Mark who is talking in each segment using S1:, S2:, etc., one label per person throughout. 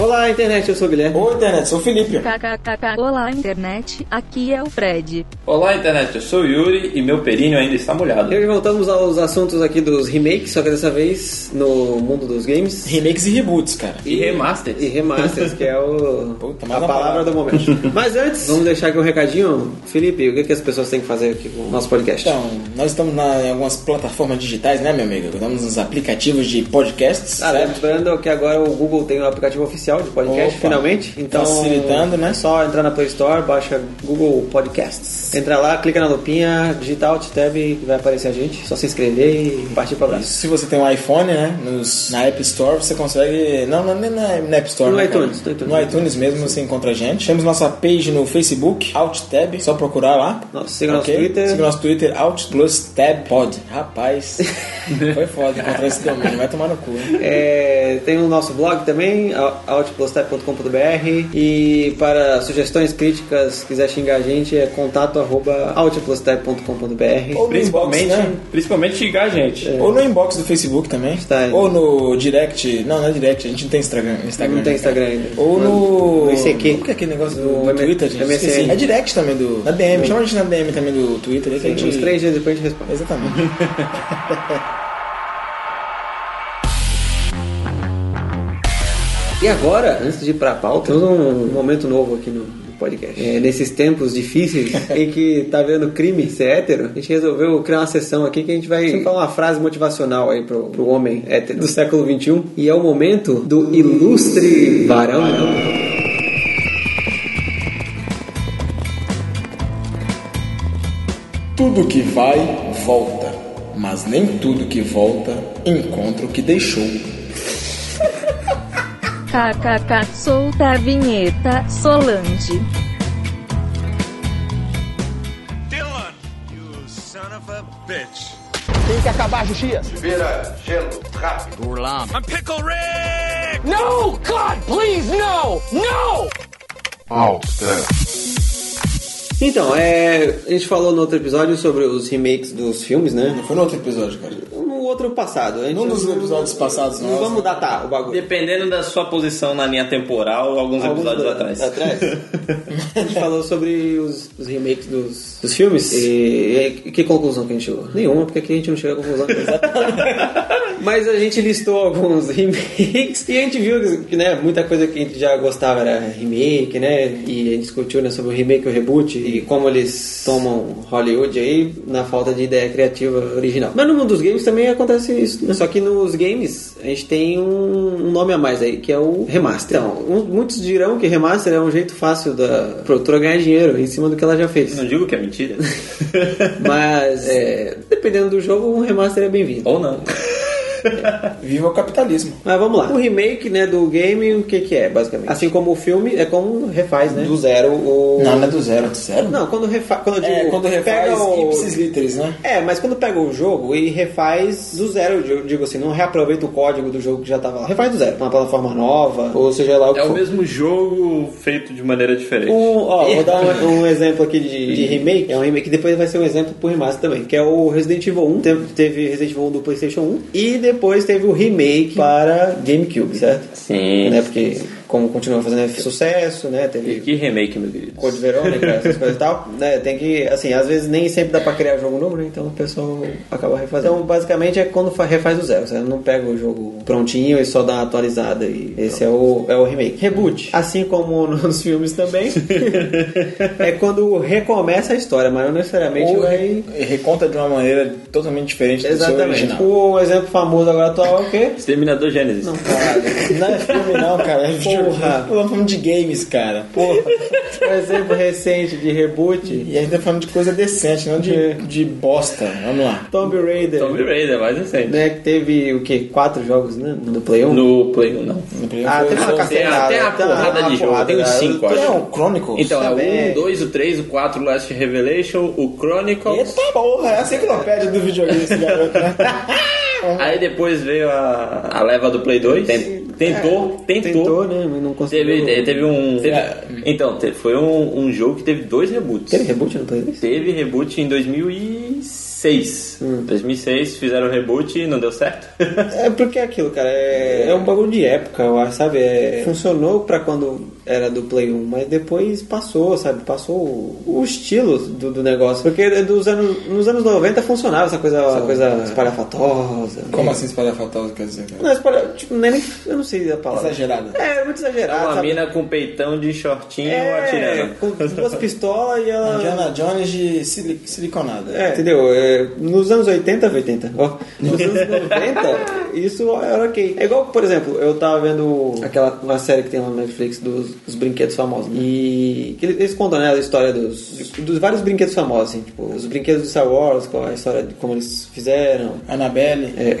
S1: Olá, internet, eu sou o Guilherme.
S2: Oi, internet, sou o Felipe.
S3: KKKK. Olá, internet. Aqui é o Fred.
S4: Olá, internet. Eu sou o Yuri e meu períneo ainda está molhado.
S1: E hoje voltamos aos assuntos aqui dos remakes, só que dessa vez no mundo dos games.
S2: Remakes e reboots, cara.
S4: E remaster. né?
S1: E remasters, que é o,
S2: Puta,
S1: a
S2: mais uma
S1: palavra,
S2: palavra.
S1: do momento. Mas antes, vamos deixar aqui um recadinho. Felipe, o que, que as pessoas têm que fazer aqui com o nosso podcast?
S2: Então, nós estamos na, em algumas plataformas digitais, né, meu amigo? Estamos nos aplicativos de podcasts,
S1: Ah,
S2: certo?
S1: lembrando que agora o Google tem um aplicativo oficial de podcast,
S2: Opa.
S1: finalmente. Então,
S2: Facilitando, né?
S1: Só entrar na Play Store, baixa Google Podcasts. Entra lá, clica na lupinha, digita Alt Tab, que vai aparecer a gente. Só se inscrever e partir pra abraço.
S2: Se você tem um iPhone, né, nos, na App Store, você consegue... Não, não nem na, na App Store.
S1: No
S2: né, cara?
S1: iTunes, no iTunes.
S2: No iTunes mesmo você encontra a gente. Temos nossa page no Facebook, AltTab, só procurar lá.
S1: Nossa, siga nosso
S2: Ok?
S1: Twitter.
S2: Siga nosso Twitter, Alt plus Tab Pod. Rapaz, foi foda encontrar esse domínio, vai tomar no cu. Hein?
S1: É, tem o nosso blog também, outplustep.com.br e para sugestões, críticas, quiser xingar a gente é contato arroba outplustep.com.br.
S2: Ou no
S4: Principalmente,
S2: inbox, né?
S4: principalmente xingar a gente.
S2: Ou no inbox do Facebook também.
S1: Está aí.
S2: Ou no direct. Não, não é direct, a gente não tem Instagram. Instagram
S1: Não tem
S2: né, cara?
S1: Instagram ainda.
S2: Ou no.
S1: No ICQ.
S2: Como que é aquele negócio do,
S1: No
S2: do
S1: M-
S2: Twitter, gente?
S1: MSN.
S2: Esqueci. É direct também do. Na DM. Chama a gente na DM também do Twitter aí que a gente.
S1: Uns três dias depois a gente responde.
S2: Exatamente.
S1: E agora, antes de ir pra pauta, temos um momento novo aqui no no podcast. É, nesses tempos difíceis em que tá vendo crime ser hétero, a gente resolveu criar uma sessão aqui que a gente vai sempre falar uma frase motivacional aí pro, pro homem hétero do século XXI. E é o momento do ilustre varão.
S2: tudo que vai, volta. Mas nem tudo que volta encontra o que deixou.
S3: KKK. Solta a vinheta. Solange.
S5: Dylan, you son of a bitch.
S6: Vira gelo, rápido.
S5: I'm Pickle Rick!
S7: No! God, please, no! No!
S6: Alta.
S1: Então, é, a gente falou no outro episódio sobre os remakes dos filmes, né?
S2: Não foi no outro episódio, cara.
S1: No outro passado. A gente
S2: Num dos episódios passados,
S1: Não
S2: nós,
S1: vamos datar o bagulho.
S4: Dependendo da sua posição na linha temporal, alguns episódios
S1: Alguns
S4: atrás.
S1: da- atrás. a gente falou sobre os, os remakes dos, dos filmes. E, e que conclusão que a gente chegou? Nenhuma, porque aqui a gente não chega a conclusão. Mas a gente listou alguns remakes e a gente viu que né, muita coisa que a gente já gostava era remake, né? E a gente discutiu né, sobre o remake e o reboot e como eles tomam Hollywood aí na falta de ideia criativa original. Mas no mundo dos games também acontece isso, né? Só que nos games a gente tem um um nome a mais aí, que é o remaster. Então, um- muitos dirão que remaster é um jeito fácil da produtora ganhar dinheiro em cima do que ela já fez.
S4: Não digo que é mentira.
S1: Mas, é, dependendo do jogo, um remaster é bem-vindo.
S4: Ou não.
S2: Viva o capitalismo.
S1: Mas vamos lá. O remake, né, do game, o que que é, basicamente? Assim como o filme, é como refaz, né? Do zero o...
S2: Não, não é do zero. Do zero?
S1: Não, quando refaz... Quando eu digo,
S2: É, quando refaz,
S1: pega o...
S2: ipsis literis, né?
S1: É, mas quando pega o jogo e refaz do zero, eu digo- digo assim, não reaproveita o código do jogo que já tava lá. Refaz do zero. Uma plataforma nova, ou seja lá o que
S4: É o
S1: for.
S4: mesmo jogo feito de maneira diferente.
S1: Um, ó, vou dar um, um exemplo aqui de, de remake. É um remake que depois vai ser um exemplo pro remaster também. Que é o Resident Evil 1. Teve, teve Resident Evil 1 do PlayStation 1. E depois teve o remake para GameCube, certo?
S4: Sim.
S1: Né? Porque, como continua fazendo sucesso, né?
S4: E
S1: Teve.
S4: que remake, meu querido.
S1: Code Verônica, é essas coisas e tal, né? Tem que, assim, às vezes nem sempre dá pra criar jogo novo, né? Então o pessoal acaba refazendo. Então, basicamente é quando fa- refaz do zero, você não pega o jogo prontinho e só dá uma atualizada. E esse é o, é o remake. Reboot, assim como nos filmes também, é quando recomeça a história, mas não necessariamente
S2: Ou é
S1: vai.
S2: re- reconta de uma maneira totalmente diferente do seu
S1: Exatamente.
S2: original.
S1: O exemplo famoso agora atual é o quê?
S4: Exterminador Gênesis. Não.
S2: Não é filme não, cara.
S1: Porra.
S2: É Porra. Nós falando de games, cara.
S1: Porra, um exemplo recente de reboot.
S2: E ainda falando de coisa decente, não
S1: É.
S2: de, de bosta. Vamos lá.
S1: Tomb Raider.
S4: Tomb Raider, mais recente.
S1: né, que teve o quê? Quatro jogos, né? No Play 1?
S4: No Play 1, não.
S1: Ah, teve uma
S2: Foi-
S4: Tem
S1: cacetada.
S4: até a
S1: Tem
S4: porrada
S1: uma né?
S4: de jogo, tem uns
S1: cara.
S4: cinco,
S2: Não,
S4: acho.
S2: é o Chronicles.
S4: Então, é
S1: Também.
S4: o 1, 2, o 3, o 4, o Last Revelation, o Chronicles.
S2: Eita porra, é a enciclopédia do videogame esse garoto, né?
S4: Aí depois veio a, a leva do Play 2. Tem- tentou, tentou.
S1: Tentou, né? Mas não conseguiu.
S4: Teve, te- teve um. teve-
S2: É.
S4: Então, te- foi um, um jogo que teve dois reboots.
S1: Teve reboot no Play 2?
S4: Teve reboot em 2006. 2006.
S1: Hum.
S4: 2006 fizeram o reboot e não deu certo.
S1: É porque é aquilo, cara. É, é um bagulho de época, eu acho, sabe? É, funcionou pra quando era do Play 1, mas depois passou, sabe? Passou o, o estilo do, do negócio. Porque é dos anos, nos anos 90 funcionava essa coisa, essa coisa espalhafatosa. né?
S2: Como assim espalhafatosa, quer dizer?
S1: Não, espalha, tipo, nem, nem- eu não sei a palavra.
S2: Exagerada.
S1: É, era muito exagerado.
S4: Uma
S1: sabe?
S4: mina com peitão de shortinho
S1: é,
S4: atirando.
S1: com duas pistolas e ela...
S2: Indiana Jones de sili- siliconada.
S1: É, entendeu? É, nos anos 80, 80, ó. Nos anos 90, isso era ok. É igual, por exemplo, eu tava vendo aquela uma série que tem lá no Netflix dos, dos brinquedos famosos. né? E que eles, eles contam, né, a história dos, dos vários brinquedos famosos, assim, tipo, os brinquedos do Star Wars, qual a história de como eles fizeram.
S2: Annabelle.
S1: É,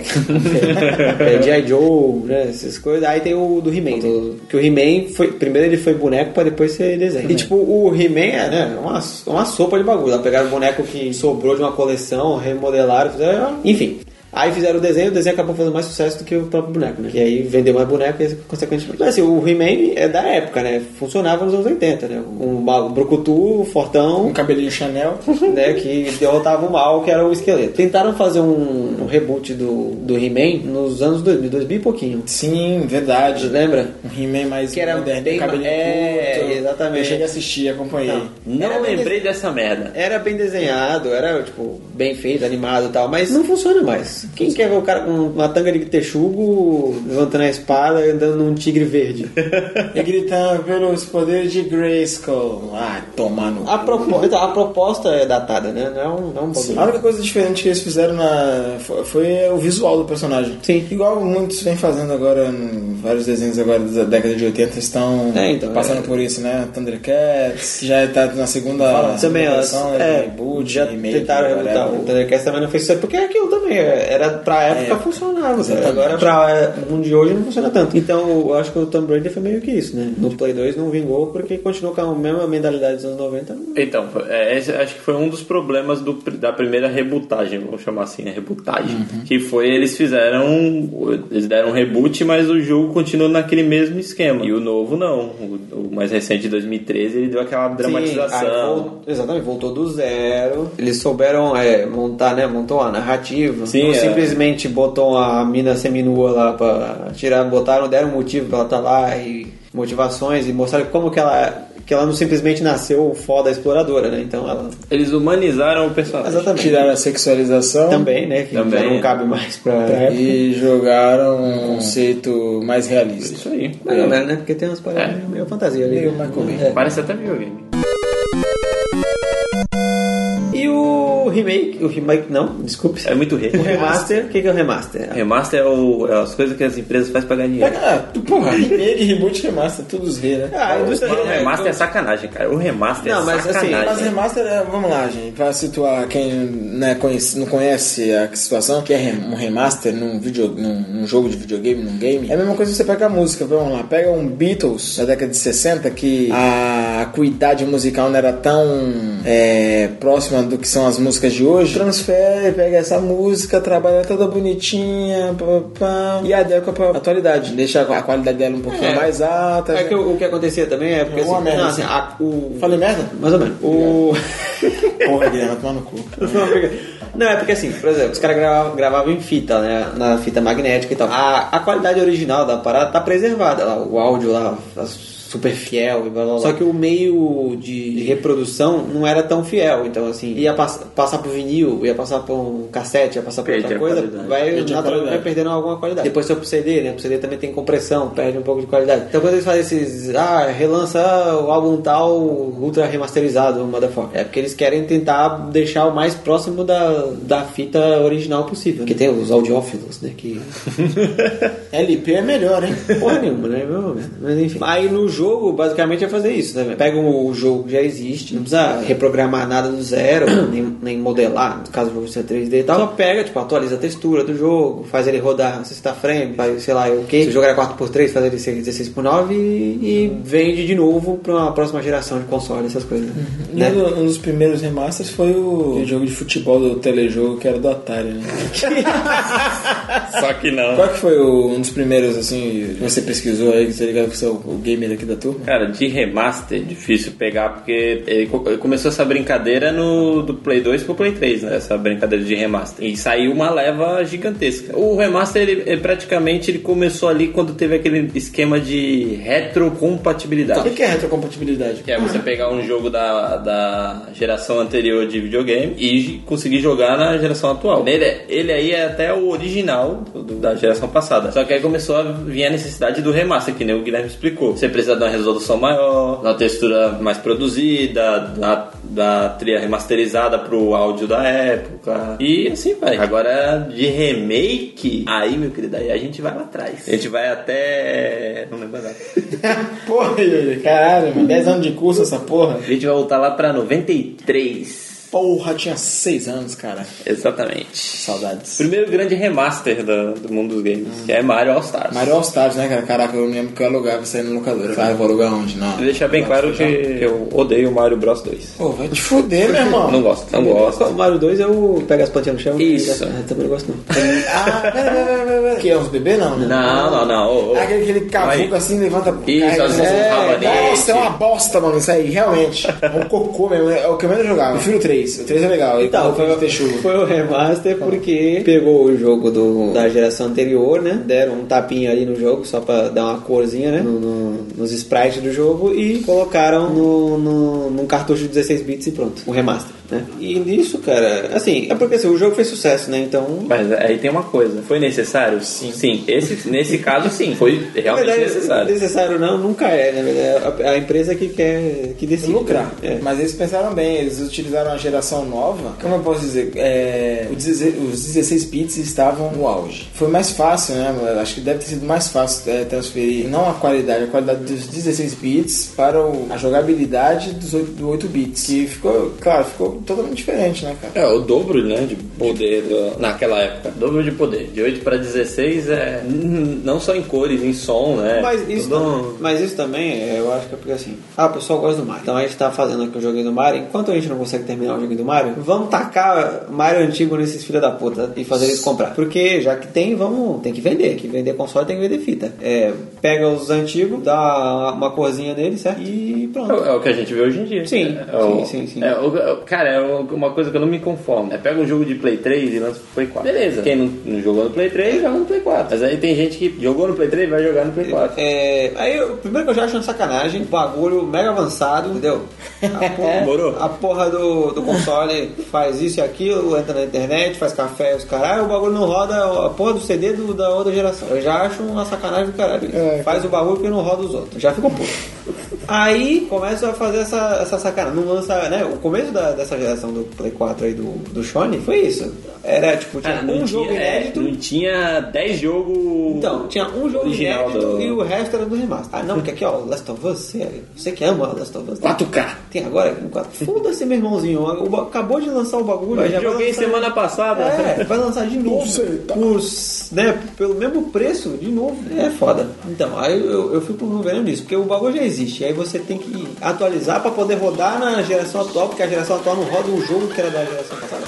S1: é, é G.I. Joe, né? Essas coisas. Aí tem o do He-Man. do- Que o He-Man foi. Primeiro ele foi boneco pra depois ser desenho. E tipo, o He-Man é né, uma, uma sopa de bagulho. Lá pegaram o um boneco que sobrou de uma coleção, remodelaram, fizeram. Enfim. Aí fizeram o desenho, o desenho acabou fazendo mais sucesso do que o próprio boneco, né? E aí vendeu mais boneco e consequentemente. Mas assim, o He-Man é da época, né? Funcionava nos anos 80, né? Um mago brucutu, fortão
S2: Um cabelinho Chanel.
S1: né, que derrotava o mal, que era o esqueleto. Tentaram fazer um, um reboot do, do He-Man nos anos 2000, 2000 e pouquinho.
S2: Sim, verdade.
S1: Lembra?
S2: Um He-Man mais
S1: É. Que era
S2: moderno,
S1: bem
S2: com cabelinho
S1: ma- é,
S2: curto.
S1: exatamente. Então.
S2: Eu cheguei a assistir, acompanhei.
S1: Não.
S4: Não
S1: Era bem
S4: lembrei dessa merda.
S1: Era bem desenhado, era tipo bem feito, animado e tal, mas não funciona mais. Quem quer ver o cara com uma tanga de texugo levantando a espada e andando num tigre verde?
S2: E gritando pelos poderes de Grayskull. Ah, tomar no...
S1: A, propo- então, a proposta é datada, né? Não é um, não é um bagulho.
S2: A única coisa diferente que eles fizeram na, fo- foi o visual do personagem.
S1: Sim.
S2: Igual muitos vêm fazendo agora, em vários desenhos agora da década de 80 estão
S1: É, então,
S2: passando
S1: é.
S2: por isso, né? Thundercats, que já tá na segunda
S1: também elas
S2: versão,
S1: é,
S2: reboot,
S1: já
S2: remake,
S1: tentaram
S2: whatever.
S1: rebutar o Thundercats também não fez sucesso porque é aquilo também é, era pra época
S2: É.
S1: funcionava sabe?
S2: Exatamente.
S1: agora pra mundo de hoje não funciona tanto então eu acho que o Tomb Raider foi meio que isso né no Play 2 não vingou porque continuou com a mesma mentalidade dos anos 90
S4: Então, é, esse acho que foi um dos problemas do- da primeira rebutagem, vamos chamar assim, né? Rebutagem.
S1: Uhum.
S4: Que foi, eles fizeram. Eles deram um reboot, mas o jogo continuou naquele mesmo esquema. E o novo não. O, o mais recente de 2013, ele deu aquela
S1: Sim, aí
S4: dramatização.
S1: voltou- exatamente, voltou do zero. Eles souberam é, montar, né? Montou a narrativa.
S4: Sim,
S1: não
S4: é.
S1: simplesmente botou a mina seminua lá pra tirar, botaram, deram motivo pra ela estar lá e motivações e mostraram como que ela. Que ela não simplesmente nasceu foda exploradora, né? Então ela.
S4: Eles humanizaram o personagem.
S1: Exatamente.
S2: Tiraram a sexualização
S1: Também, né? Que
S4: Também,
S1: já não
S4: é.
S1: cabe mais pra.
S2: e jogaram um
S1: Hum.
S2: conceito mais realista.
S4: Isso aí.
S1: Mais ou menos, né? Porque tem umas paradas
S4: É.
S1: meio- meio fantasia ali.
S2: Meio
S1: né?
S2: Michael Bay.
S1: É.
S4: Parece até videogame.
S1: E o remake. O remake, não, desculpe.
S4: É muito rei.
S1: O remaster, o que, que é o remaster?
S4: Remaster é, o- é as coisas que as empresas fazem pra ganhar dinheiro.
S2: Ah, tu- porra, remake, reboot, remaster, todos rei, né?
S1: Ah, a indústria.
S4: Mas o
S1: é,
S4: remaster é sacanagem, cara. O remaster
S1: Não,
S4: é
S1: mas assim,
S4: sacanagem.
S2: Mas remaster, é- vamos lá, gente, pra situar quem né, conhece- não conhece a situação, que é rem- um remaster num, video, num, num jogo de videogame, num game, é a mesma coisa que você pega a música, vamos lá, pega um Beatles da década de 60, que a acuidade musical não era tão é, próxima do que são as músicas de hoje, transfere, pega essa música, trabalha toda bonitinha, pá, pá, pá, e adequa pra atualidade, deixa a qualidade dela um pouquinho
S1: É.
S2: mais alta.
S1: É que o, o que acontecia também é porque
S2: Uma
S1: assim,
S2: merda,
S1: não, assim,
S2: assim.
S1: a- o-
S2: Falei merda?
S1: mais ou menos. O
S2: Porra, Guilherme, toma no cu.
S1: Não, porque- Não, é porque assim, por exemplo, os caras gravavam, gravavam em fita, né? Na fita magnética e tal. A, a qualidade original da parada tá preservada lá, o áudio lá, tá super fiel e blá blá blá. Só que o meio de, de reprodução não era tão fiel, então assim, ia pass- passar pro vinil, ia passar por um cassete, ia passar por
S4: Perde
S1: outra
S4: a
S1: coisa,
S4: qualidade.
S1: vai,
S2: Perde a
S1: naturalmente vai
S2: qualidade.
S1: perdendo alguma qualidade. Depois foi pro CD, né? Pro CD também tem compressão, perde um pouco de qualidade. Então quando eles fazem esses, ah, relança o álbum tal ultra remasterizado, motherfucker. É porque eles querem tentar deixar o mais próximo da, da fita original possível. né? Porque tem os audiófilos, né? Que
S2: LP é melhor, hein?
S1: Porra nenhuma, né? meu? Mas enfim. Aí no jogo, basicamente, é fazer isso, né? velho? Pega o o jogo que já existe, não precisa reprogramar nada do zero, nem, nem modelar, no caso do jogo ser 3D e tal. Só pega, tipo, atualiza a textura do jogo, faz ele rodar 60 frames, faz, sei lá, o quê. Se o jogo era 4x3, faz ele ser 16x9 e, e vende de novo pra uma próxima geração de console, essas coisas.
S2: Um
S1: Né?
S2: do- Um dos primeiros remasters foi o o jogo de futebol do telejogo que era do Atari, né?
S4: Só que não.
S2: Qual tá que foi o- um dos primeiros, assim, que você pesquisou aí, que você ligado que você é o, o gamer daqui da da turma?
S4: Cara, de remaster, é difícil pegar, porque ele, co- ele começou essa brincadeira no, do Play 2 pro Play 3, né? Essa brincadeira de remaster. E saiu uma leva gigantesca. O remaster, ele, ele praticamente ele começou ali quando teve aquele esquema de retrocompatibilidade.
S2: O que é retrocompatibilidade?
S4: Que é você pegar um jogo da, da geração anterior de videogame e j- conseguir jogar na geração atual. Ele, ele aí é até o original do- do- da geração passada. Só que aí começou a vir a necessidade do remaster, que nem o Guilherme explicou. Você precisa de uma resolução maior, de uma textura mais produzida, da, da trilha remasterizada pro áudio da época. E assim vai. Agora, de remake, aí, meu querido, aí a gente vai lá atrás. A gente vai até. Não lembro nada.
S2: Porra, Yuri, caralho, mano. 10 anos de curso essa porra.
S4: A gente vai voltar lá pra 93.
S2: Porra, tinha 6 anos, cara.
S4: Exatamente.
S2: Saudades.
S4: Primeiro grande remaster do, do mundo dos games, que é Mario All Stars.
S2: Mario All Stars, né, cara? Caraca, eu me lembro que eu alugava isso aí no locador. Cara, vou alugar onde? Não.
S4: Vou deixar bem claro que eu odeio Mario Bros 2.
S2: Pô, vai te fuder, meu irmão.
S4: Não gosto, não gosto.
S1: O Mario 2 é o pega as plantinhas no chão.
S4: Isso.
S1: Ah, também não gosto não.
S2: Ah, pera, pera, pera, pera. Que é uns bebês, não? né?
S4: Não, não, não. ô, ô.
S2: Aquele, aquele cavuco
S4: Aí.
S2: assim, levanta
S4: Isso,
S2: carrega,
S4: às
S2: né?
S4: vezes um rabanete.
S2: Nossa, é uma bosta, mano, isso aí, realmente. É um cocô mesmo, é o que eu menos jogava. Prefiro o 3, o 3 é legal. E
S1: Então,
S2: quando foi o ter
S4: é.
S2: chuva.
S1: Foi o remaster porque pegou o jogo do, da geração anterior, né? Deram um tapinha ali no jogo só pra dar uma corzinha, né? No- no- nos sprites do jogo e colocaram no, no- num cartucho de 16 bits e pronto. Um remaster, né? E nisso, cara, assim, é porque assim, o jogo fez sucesso, né? Então.
S4: Mas é, aí tem uma coisa. Foi necessário? Sim. Sim. Esse, nesse caso, sim. Foi
S1: Na
S4: realmente
S1: verdade,
S4: necessário.
S1: É necessário não, nunca é, né? É a, a empresa que quer, que decide.
S2: Lucrar.
S1: É.
S2: Mas eles pensaram bem, eles utilizaram a geração nova. Como eu posso dizer? É, o 16 os 16 bits estavam no auge. Foi mais fácil, né? mano? Acho que deve ter sido mais fácil é, transferir não a qualidade, a qualidade dos 16 bits para o- a jogabilidade dos 8, do 8 bits. Que ficou, claro, ficou totalmente diferente, né, cara?
S4: É, o dobro, né, de poder do- naquela época. Dobro de poder. De 8 pra 16 é... Não só em cores, em som, né?
S1: Mas isso,
S4: Tudo-
S1: mas isso também, é, eu acho que é porque assim, ah, o pessoal gosta do Mario. Então a gente tá fazendo aqui o joguinho do Mario. Enquanto a gente não consegue terminar o joguinho do Mario, vamos tacar Mario antigo nesses filha da puta e fazer eles comprar. Porque já que tem, vamos, tem que vender. Que vender console tem que vender fita. É, pega os antigos, dá uma corzinha nele, certo? E
S4: É,
S1: pronto.
S4: o- é o que a gente vê hoje em dia.
S1: Sim,
S4: É o-
S1: sim, sim, sim.
S4: é o- é o- cara, é o- uma coisa que eu não me conformo. É pega um jogo de Play 3 e lança pro Play 4. Beleza. Quem não, não jogou no Play 3, joga no Play 4. Mas aí tem gente que jogou no Play 3 e vai jogar no Play 4.
S1: É, aí, eu- primeiro que eu já acho uma sacanagem, um bagulho mega avançado, entendeu? A porra,
S4: Morou.
S1: a porra do, do console faz isso e aquilo, entra na internet, faz café e os caralho, o bagulho não roda a porra do CD do- da outra geração. Eu já acho uma sacanagem do caralho. isso. faz o bagulho que não roda os outros. Já ficou puto. Aí começa a fazer essa, essa sacanagem. Não lança, né? O começo da- dessa geração do Play 4 aí do, do Sony foi isso. Era tipo, tinha
S4: Cara,
S1: um jogo
S4: é,
S1: inédito.
S4: não tinha 10 jogos.
S1: Então, tinha um jogo
S4: original
S1: inédito
S4: do-
S1: e o resto era do remaster. Ah, não, porque aqui, ó, Last of Us, você, você que ama Last of Us. tem-
S4: 4K.
S1: Tem agora com 4. Foda-se, meu irmãozinho. o ba- Acabou de lançar o bagulho. já vai
S4: Joguei
S1: lançar-
S4: semana passada.
S1: É, vai lançar de novo. Por, né, pelo mesmo preço, de novo. É foda. Então, aí eu, eu fico vendo nisso, porque o bagulho já existe. Aí você tem que atualizar pra poder rodar na geração atual, porque a geração atual não roda o jogo que era da geração passada.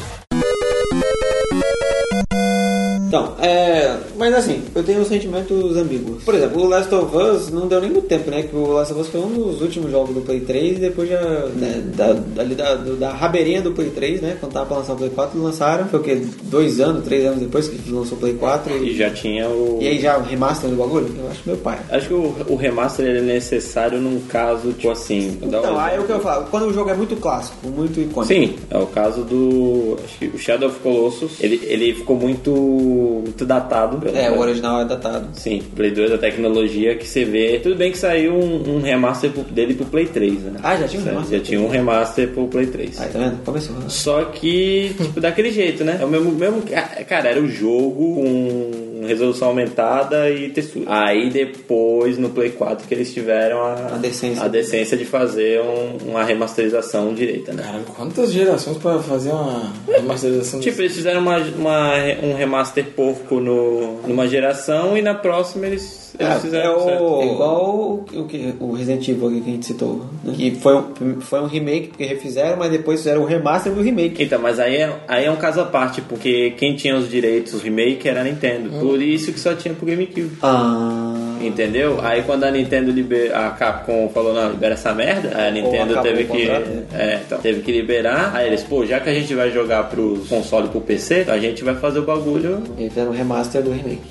S1: Então, é. Mas assim, eu tenho sentimentos ambíguos. Por exemplo, o Last of Us não deu nem muito tempo, né? Que o Last of Us foi um dos últimos jogos do Play 3 e depois já. Né, da, dali da, do- da rabeirinha do Play 3, né? Quando tava pra lançar o Play 4, lançaram. Foi o quê? Dois anos, três anos depois que lançou o Play 4
S4: E
S1: e.
S4: já tinha o.
S1: E aí já o remaster do bagulho? Eu acho meu pai.
S4: Acho que o, o remaster ele é necessário num caso, tipo assim. vou dar um
S1: Então, aí é
S4: exemplo.
S1: o que eu falo. Quando o jogo é muito clássico, muito icônico.
S4: Sim, é o caso do. Acho que o Shadow of Colossus. Ele, ele ficou muito. muito datado.
S1: É, o original é datado.
S4: Sim, Play 2 da tecnologia que você vê. Tudo bem que saiu um, um remaster pro- dele pro Play 3, né?
S1: Ah, já tinha um
S4: Certo,
S1: remaster?
S4: Já tinha um remaster pro Play 3.
S1: Aí, tá vendo? Começou. né?
S4: Só que, tipo, daquele jeito, né? É o mesmo, mesmo. ca- Cara, era o jogo com resolução aumentada e textura. Aí depois, no Play 4, que eles tiveram a,
S1: A decência.
S4: a decência de fazer um- uma remasterização direita, né?
S2: Caralho, quantas gerações pra fazer uma remasterização
S4: Tipo, eles fizeram uma, uma- um remaster porco no, numa geração e na próxima eles, eles
S1: É, é
S4: fizeram
S1: o, é
S4: certo.
S1: igual o, o que, o Resident Evil aqui que a gente citou. né? Que foi um, foi um remake, porque refizeram, mas depois fizeram o remaster do remake.
S4: Então, mas aí é, aí é um caso à parte,
S1: Hum.
S4: porque quem tinha os direitos remake era a Nintendo. Por isso que só tinha pro GameCube.
S1: Ah,
S4: Entendeu? Aí quando a Nintendo liber... a Capcom falou, não, libera essa merda, aí a Nintendo
S1: acabou
S4: teve
S1: o
S4: que.
S1: contrato, né?
S4: É, então, teve que liberar. Aí eles, pô, já que a gente vai jogar pro console e pro PC, então a gente vai fazer o bagulho.
S1: Eles fizeram um remaster do remake.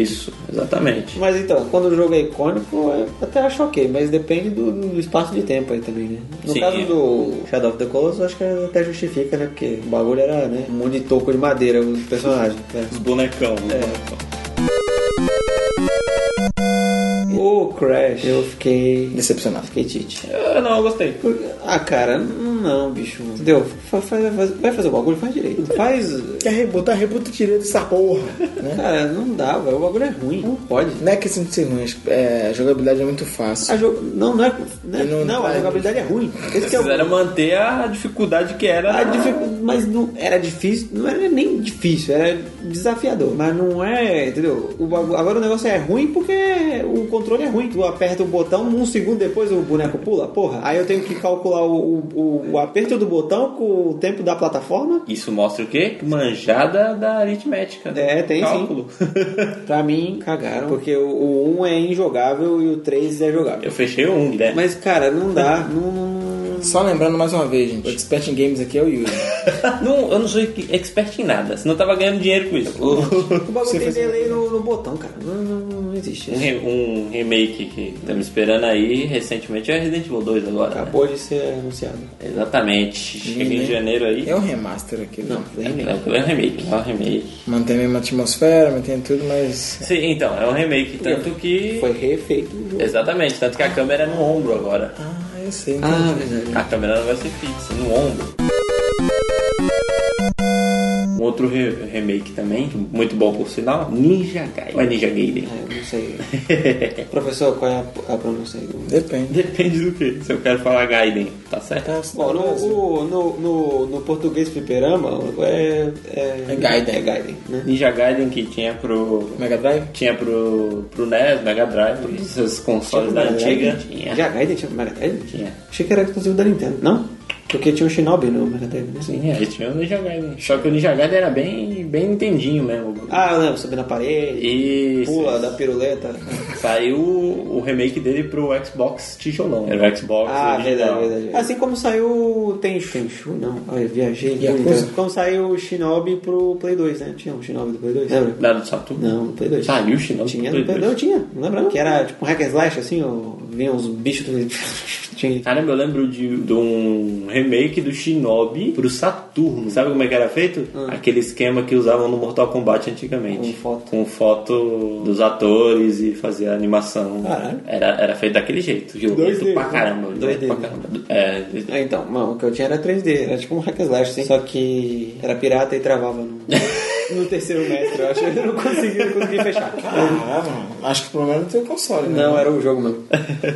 S4: Isso, exatamente.
S1: Mas então, quando o jogo é icônico, eu até acho ok, mas depende do, do espaço de tempo aí também, né? No
S4: Sim. é.
S1: caso do Shadow of the Colossus, eu acho que até justifica, né? Porque o bagulho era, né? Um monte de toco de madeira, o personagem. né?
S4: Os bonecão, né?
S1: O Crash, eu fiquei.
S2: Decepcionado.
S1: Fiquei tite.
S4: É, Eu não, eu gostei.
S1: Por- Ah, cara, não, bicho. Entendeu? Fa- faz- faz- vai fazer o bagulho, faz direito. Faz.
S2: Quer rebutar, rebuta direito essa porra. né?
S1: Cara, não dá, velho. O bagulho é ruim. Não pode.
S2: Não é questão de ser ruim, é, a jogabilidade é muito
S1: A
S2: fácil.
S1: jo- Não, não é. Não, é-
S2: Não
S1: não, a
S2: dá,
S1: jogabilidade é ruim. Esse que é o-
S4: Precisaram manter a dificuldade que era.
S1: A dificu- Mas não era difícil, não era nem difícil, era desafiador. Mas não é, entendeu? O bagu- Agora o negócio é ruim porque o controle é ruim. Tu aperta o botão, um segundo depois o boneco pula, porra. Aí eu tenho que calcular o, o- o aperto do botão com o tempo da plataforma.
S4: Isso mostra o quê? Que Manjada da aritmética. né?
S1: É, tem sim.
S4: Cálculo.
S1: Pra mim, cagaram. Porque o, o 1 é injogável e o 3 é jogável.
S4: Eu fechei um, Guilherme.
S1: Mas, cara, não dá. Não, não-
S2: Só lembrando mais uma vez, gente, o Expert em Games aqui é o Yuri.
S4: Não, eu não sou expert em nada, senão eu tava ganhando dinheiro com isso.
S1: O bagulho tem delay no, no botão, cara. Não, não- não existe.
S4: Um, re- um remake que estamos esperando aí recentemente é Resident Evil 2 agora. né?
S1: Acabou de ser anunciado.
S4: Exatamente. Chega em janeiro aí.
S2: É um remaster aqui. né?
S1: Não, nem
S4: É um remake, é um remake.
S2: Mantém a mesma atmosfera, mantém tudo, mas.
S4: Sim, então, é um remake, tanto que.
S1: Foi refeito o jogo.
S4: Exatamente, tanto que a câmera é no ombro agora.
S2: Ah, eu sei.
S1: Ah,
S2: entendi.
S1: verdade.
S4: A câmera não vai ser fixa, no ombro. Um outro re- remake também, muito bom por sinal, Ninja Gaiden. Ou é Ninja Gaiden?
S1: É, não sei. Professor, qual é a, a pronúncia aí? do-
S2: Depende.
S4: Depende do que. Se eu quero falar Gaiden, tá certo?
S2: Tá, você
S1: Bom,
S2: tá
S1: no,
S2: mesmo.
S1: o- no, no, no português fliperama é, é.
S2: É Gaiden.
S1: É Gaiden, né?
S4: Ninja Gaiden que tinha pro.
S2: Mega Drive?
S4: Tinha pro, pro NES, Mega Drive, esses consoles da antiga. Tinha.
S1: Já Gaiden tinha Mega Drive?
S4: Tinha.
S1: Achei que era exclusivo da Nintendo, não? Porque tinha o Shinobi no Mega Drive, né?
S4: é, Tinha, eles tinham o Ninja Gaiden. Só que o Ninja Gaiden era bem, bem entendinho mesmo.
S1: Ah, eu lembro, subir na parede,
S4: Isso.
S1: pula da piruleta.
S4: Saiu o remake dele pro Xbox tijolão. Era o Xbox
S1: Ah,
S4: original.
S1: verdade, verdade. Assim como saiu o Tenchu. Tenchu, não. Olha, eu viajei.
S2: Yakuza?
S1: muito. Como saiu o Shinobi pro Play 2, né? Tinha um Shinobi do Play 2? Lembra?
S4: Lá do Saturno.
S1: Não, no Play 2.
S4: Saiu o Shinobi
S1: Tinha,
S4: pro
S1: no
S4: Play
S1: Play 2 tinha, não lembra não? Que era tipo um hack and slash, assim, ó, vinha uns bichos tudo... tinha...
S4: Caramba, eu lembro de, de um remake do Shinobi pro Saturno. Sabe como é que era feito? Aquele esquema que usavam no Mortal Kombat antigamente.
S1: Ah. Com foto.
S4: Com foto dos atores e fazia animação.
S1: Caralho.
S4: Era, era feito daquele jeito. Violento
S1: 2D,
S4: pra
S1: né?
S4: caramba. Violento
S1: 2D,
S4: pra
S1: né?
S4: caramba. É, dois-
S1: Ah, então, não, o que eu tinha era 3D, era tipo um hack and slash, assim, só que era pirata e travava no, no terceiro mestre, eu acho que eu não consegui, não consegui fechar.
S2: Ah, mano. Acho que o problema é o teu console, né?
S1: Não, era o jogo mesmo.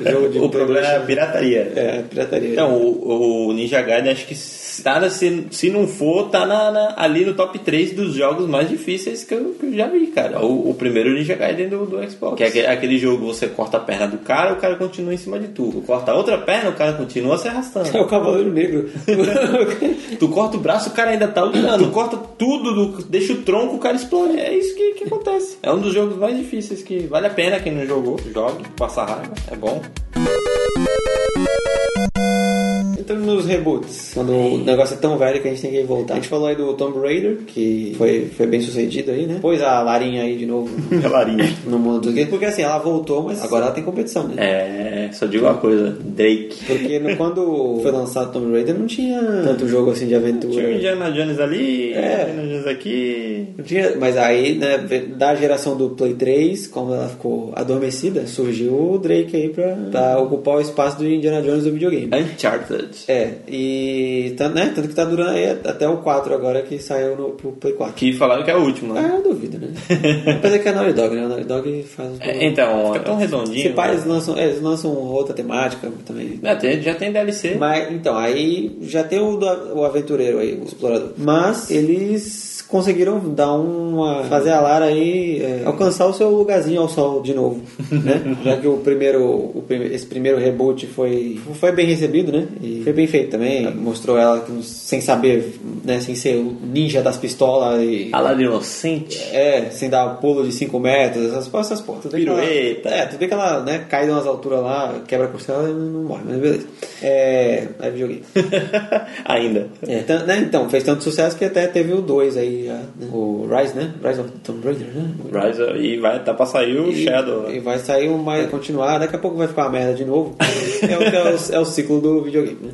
S1: O jogo de
S4: o problema
S1: Play
S4: era a pirataria.
S1: 2. é pirataria.
S4: Então, o, o Ninja Gaiden acho que tá, na- se, se não for, tá na- na- ali no top 3 dos jogos mais difíceis que eu, que eu já vi, cara. O, o primeiro Ninja Gaiden do, do Xbox. Que é aquele, aquele jogo você corta a perna do cara, o cara continua em cima de tu. Tu corta a outra perna, o cara continua se arrastando.
S1: é o Cavaleiro Negro.
S4: Tu corta o braço, o cara ainda tá lutando. Tu corta tudo, do- deixa o tronco, o cara explode. É isso que, que acontece. É um dos jogos mais difíceis que vale a pena quem não jogou. Jogue, passa raiva, é bom.
S1: Então nos reboots, quando o negócio é tão velho que a gente tem que voltar. A gente falou aí do Tomb Raider, que foi, foi bem sucedido aí, né? Pôs a Larinha aí de novo
S4: Larinha.
S1: no mundo dos games, porque assim, ela voltou, mas agora ela tem competição, né?
S4: É, só digo uma coisa, Drake.
S1: Porque no- quando foi lançado Tomb Raider não tinha tanto jogo assim de
S4: Tinha o
S1: aventura.
S4: Indiana Jones ali,
S1: É.
S4: Indiana Jones aqui.
S1: Não tinha, mas aí, né, da geração do Play 3, como ela ficou adormecida, surgiu o Drake aí pra, pra ocupar o espaço do Indiana Jones do videogame.
S4: Uncharted.
S1: É, e tanto, né, tanto que tá durando aí até o 4 agora que saiu no, pro Play 4.
S4: Que falaram que é o último,
S1: Ah,
S4: né?
S1: eu duvido, né? Apesar que é Naughty Dog, né? A Naughty Dog faz...
S4: É, Então, é tão
S1: Se
S4: redondinho.
S1: pá,
S4: né?
S1: eles lançam, é, eles lançam outra temática também.
S4: É, tem- já tem DLC.
S1: Mas, então, aí já tem o, do- o aventureiro aí, o explorador. Mas eles conseguiram dar uma. fazer a Lara aí é, alcançar o seu lugarzinho ao sol de novo. né? Já que o primeiro. o prime- esse primeiro reboot foi, foi bem recebido, né? E foi bem feito também. Mostrou ela que, sem saber, né? Sem ser o ninja das pistolas e.
S4: A Lara inocente.
S1: É, sem dar pulo de 5 metros, essas, essas porra. Tudo bem que ela-
S4: Pirueta.
S1: é, tudo bem que ela né, cai de umas alturas lá, quebra a costela e não morre, mas beleza. É. Aí videogame.
S4: Ainda.
S1: É, tan- né, então, fez tanto sucesso que até teve o 2 aí, já, né? o Rise, né? Rise of the Tomb Raider, né?
S4: Rise, e vai, tá pra sair o Shadow. né?
S1: E vai sair um mais continuar, daqui a pouco vai ficar uma merda de novo. é, o, é, o, é o ciclo do videogame, né?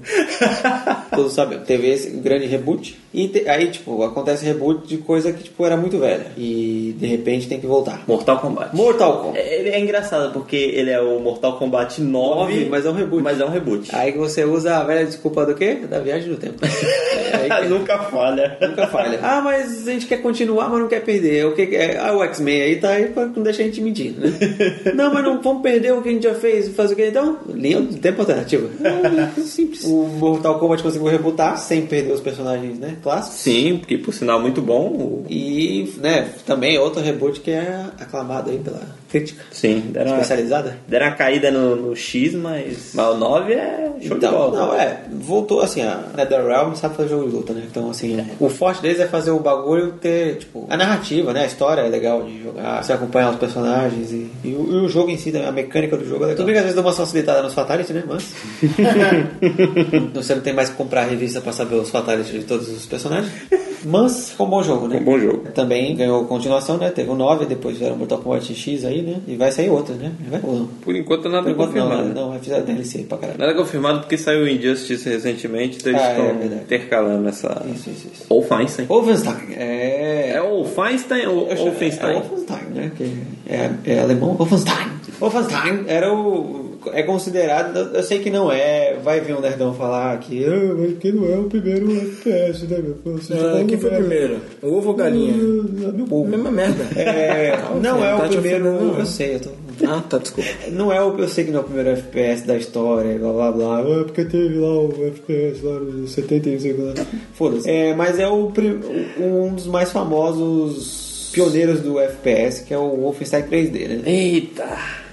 S1: Todos sabemos. Teve esse grande reboot. E te- aí, tipo, acontece reboot de coisa que, tipo, era muito velha. E de repente tem que voltar.
S4: Mortal Kombat.
S1: Mortal Kombat.
S4: É, Ele é engraçado porque ele é o Mortal Kombat 9,
S1: Nove, mas é um reboot.
S4: Mas é um reboot.
S1: Aí que você usa a velha desculpa do quê? Da viagem do tempo. É, aí que-
S4: Nunca falha.
S1: Nunca falha. Ah, mas a gente quer continuar, mas não quer perder. O que que é? Ah, o X-Men aí tá aí pra não deixar a gente mentir, né? não, mas não vamos perder o que a gente já fez. Fazer o que então? Linha do tempo alternativa. É Simples. O Mortal Kombat conseguiu rebutar sem perder os personagens, né? Clássicos.
S4: Sim, porque por sinal é muito bom. o-
S1: E, né, também outro reboot que é aclamado aí pela crítica
S4: Sim, deram
S1: Ah, é.
S4: uma,
S1: especializada.
S4: deram uma caída no, no X, mas, mas o 9 é show de
S1: Então,
S4: bola.
S1: não, é, voltou assim, a NetherRealm sabe fazer jogo de luta, né? Então, assim, o forte deles é fazer o bagulho ter, tipo, a narrativa, né? A história é legal de jogar, você acompanhar os personagens e, e o, e o jogo em si, também, a mecânica do jogo é legal. Tudo bem que às vezes dá uma facilitada nos Fatality, né? Mas. você não tem mais que comprar a revista pra saber os Fatality de todos os personagens. Mas foi um bom jogo, né?
S4: Foi um bom jogo.
S1: Também ganhou continuação, né? Teve o 9, depois fizeram Mortal Kombat X aí, né? E vai sair outra, né? Vai ou não?
S4: Por enquanto nada
S1: Por enquanto não,
S4: confirmado.
S1: né? Não, vai fizeram DLC pra caralho.
S4: Nada confirmado porque saiu o Injustice recentemente, então eles
S1: Ah, é
S4: estão
S1: verdade.
S4: intercalando essa.
S1: Isso, isso, isso.
S4: Ou Feinstein.
S1: Wolfenstein. É.
S4: É o Feinstein ou
S1: Eu chamo-
S4: Wolfenstein?
S1: É Wolfenstein, né? Que é, é alemão. Wolfenstein. Wolfenstein era o. É considerado. Eu sei que não é. Vai vir um nerdão falar que. "Ah, mas que não é o primeiro FPS, né, meu? Você
S2: Ah,
S1: jogou
S2: quem foi
S1: merda."
S2: primeiro? O ovo ou galinha?
S1: Ah, meu povo.
S2: Mesma merda.
S1: É, não é
S2: Tá
S1: o
S2: te
S1: primeiro.
S2: ofendendo, não.
S1: Eu sei, eu tô.
S2: Ah, tá, desculpa.
S1: Não é o, eu sei que não é o primeiro FPS da história, blá blá blá. É porque teve lá o FPS lá nos 70 e não sei o que lá. Foda-se. É, mas é o, prim- um dos mais famosos pioneiros do FPS, que é o Wolfenstein 3D, né?
S4: Eita!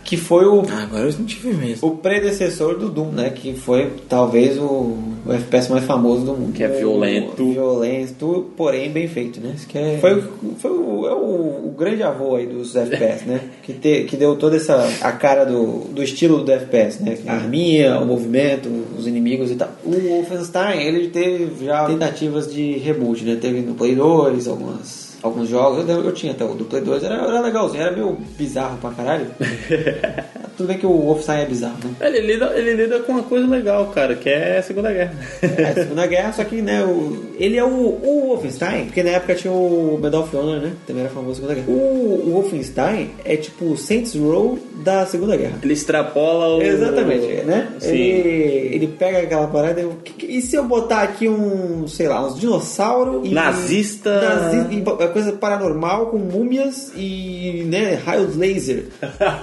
S1: Que foi o,
S2: Ah, agora eu não tive mesmo.
S1: o predecessor do Doom, né? Que foi talvez o, o FPS mais famoso do mundo.
S4: Que é violento.
S1: Violento, porém bem feito, né? Isso que é, foi o- foi o, é o, o grande avô aí dos FPS, né? Que, te- que deu toda essa a cara do, do estilo do FPS, né? A arminha, o movimento, os inimigos e tal. O Wolfenstein, ele teve já tentativas de reboot, né? Teve no Play 2, algumas... Alguns jogos, eu, eu tinha até o do Play 2, era, era legalzinho, era meio bizarro pra caralho. Tudo bem que o Wolfenstein é bizarro, né?
S4: Ele lida, ele lida com uma coisa legal, cara, que é a Segunda Guerra.
S1: É, a Segunda Guerra, só que, né, o, ele é o, o Wolfenstein, porque na época tinha o Medal of Honor, né, também era famoso na Segunda Guerra. O, o Wolfenstein é tipo o Saints Row da Segunda Guerra.
S4: Ele extrapola o.
S1: Exatamente, né?
S4: Sim.
S1: Ele, ele pega aquela parada e... eu- que- que- E se eu botar aqui um, sei lá, uns dinossauro e...
S4: Nazista.
S1: Nazi- e ba- coisa paranormal com múmias e, né, raios laser.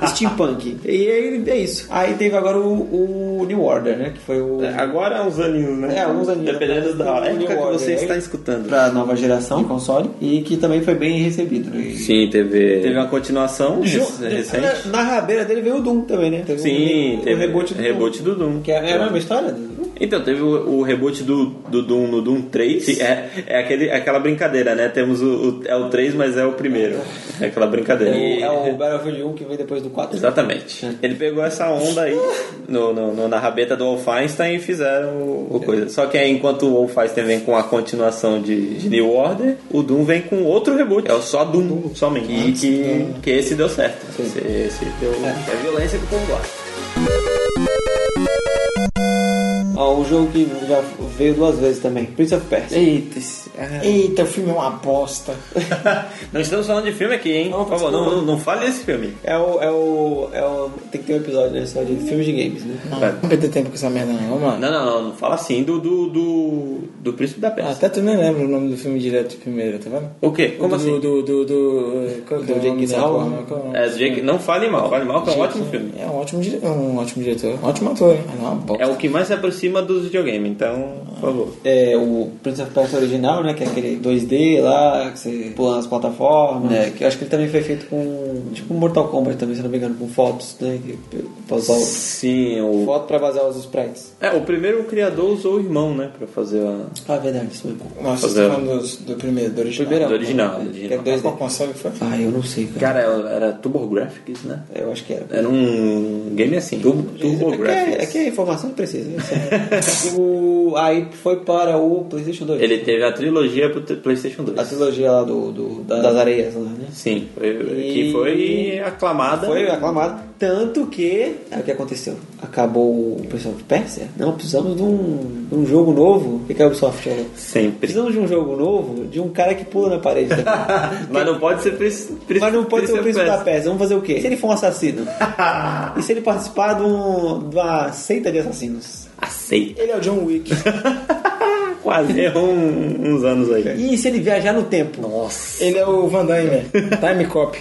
S1: steampunk. E aí, é isso. Aí teve agora o, o New Order, né? Que foi o...
S4: Agora é uns aninhos, né?
S1: É, uns aninhos.
S4: Dependendo da
S1: New
S4: época que
S1: Order,
S4: você
S1: né?
S4: está escutando.
S1: pra nova geração de console e que também foi bem recebido. né?
S4: Sim, teve. Teve uma continuação
S1: Ju-
S4: rec- recente.
S1: Na, na rabeira dele veio o Doom também, né? Teve um-
S4: Sim,
S1: um
S4: teve
S1: reboot do
S4: reboot do Doom.
S1: Doom. Que é a mesma história do Doom.
S4: Então, teve o, o reboot do, do Doom no Doom 3. que É, é aquele, aquela brincadeira, né? Temos o, o- É o 3, mas é o primeiro. É aquela brincadeira.
S1: É o, é o Battlefield 1 que veio depois do 4.
S4: Exatamente. Ele pegou essa onda aí no, no- no- na rabeta do Wolfenstein e fizeram o, o coisa. Só que aí, enquanto o Wolfenstein vem com a continuação de, de New Order, o Doom vem com outro reboot. É o só Doom, somente. E que, que esse deu certo. Esse, esse deu. É. violência que o povo gosta.
S1: Ó, um jogo que já veio duas vezes também, Prince of Persia.
S2: Eita, esse- ah. Eita, o filme é uma aposta.
S4: Não estamos falando de filme aqui, hein? Por favor, não, não, não fale esse filme.
S1: É o, é o. é o. Tem que ter um episódio, né? Só de filmes de games, né?
S2: Não, Ah, não perder tempo com essa merda, Tá. não. Vamos lá.
S4: Não, não, não, não fala assim do, do, do, do Príncipe da
S2: Ah,
S4: Pérsia.
S2: Até tu nem lembra o nome do filme direto primeiro, tá vendo?
S4: O quê? Como
S2: do,
S4: assim?
S2: Do. Do. Do. Qual que é o
S1: Do
S2: nome
S1: Jake
S2: da
S1: Gyllenhaal,
S2: porra?
S1: né?
S2: Qual é o nome?
S4: É, Jake, não fale mal, fale mal que é um ótimo
S2: Jake-
S4: filme.
S2: É um ótimo, dire... um ótimo diretor. Um ótimo ator, hein? Mas não é uma bosta.
S4: É o que mais se aproxima dos videogames, então, por favor.
S1: É, o Prince of Persia original, Down, né? Que é aquele 2D lá, que você pula nas plataformas. Né, que eu acho que ele também foi feito com. Tipo um Mortal Kombat também, se não me engano, com fotos, né? Que, pra usar o-
S4: Sim, o.
S1: foto pra vazar os sprites.
S4: É, o primeiro criador usou o irmão, né? Pra fazer a.
S1: Ah, verdade, isso mesmo.
S2: Nossa, você
S4: Fazer.
S2: tá falando dos- do, primeiro, do original.
S1: Primeirão.
S4: Do original,
S1: né,
S4: do
S1: Que é
S4: original.
S2: Qual
S1: 2D.
S2: console foi?
S1: Ah, eu não sei, cara.
S4: Cara, é, era TurboGrafx, né?
S1: Eu acho que era.
S4: Era um game assim. Turbo,
S1: É que, é
S4: TurboGrafx.
S1: que a informação que precisa. eu sei. o, aí foi para o PlayStation 2.
S4: Ele teve a trilogia pro t- PlayStation 2.
S1: A trilogia lá do, do- da- das areias lá, né?
S4: Sim, foi-
S1: E-
S4: que foi aclamada.
S1: Foi aclamado. Tanto que. Aí o que aconteceu? Acabou o pessoal de Pérsia? Não, precisamos de um, de um jogo novo. O que que a Ubisoft falou?
S4: Sempre.
S1: Precisamos de um jogo novo de um cara que pula na parede. também.
S4: Mas não pode ser príncipe. príncipe-
S1: Mas não pode ser um o príncipe da
S4: Pérsia.
S1: Pérsia. Vamos fazer o quê? Se ele for um assassino? e se ele participar de, um, de uma seita de assassinos?
S4: Aceita.
S2: Ele é o John Wick.
S1: É
S4: Quase errou um- uns anos aí.
S1: E se ele viajar no tempo?
S4: Nossa.
S2: Ele é o Van Damme. Time Cop.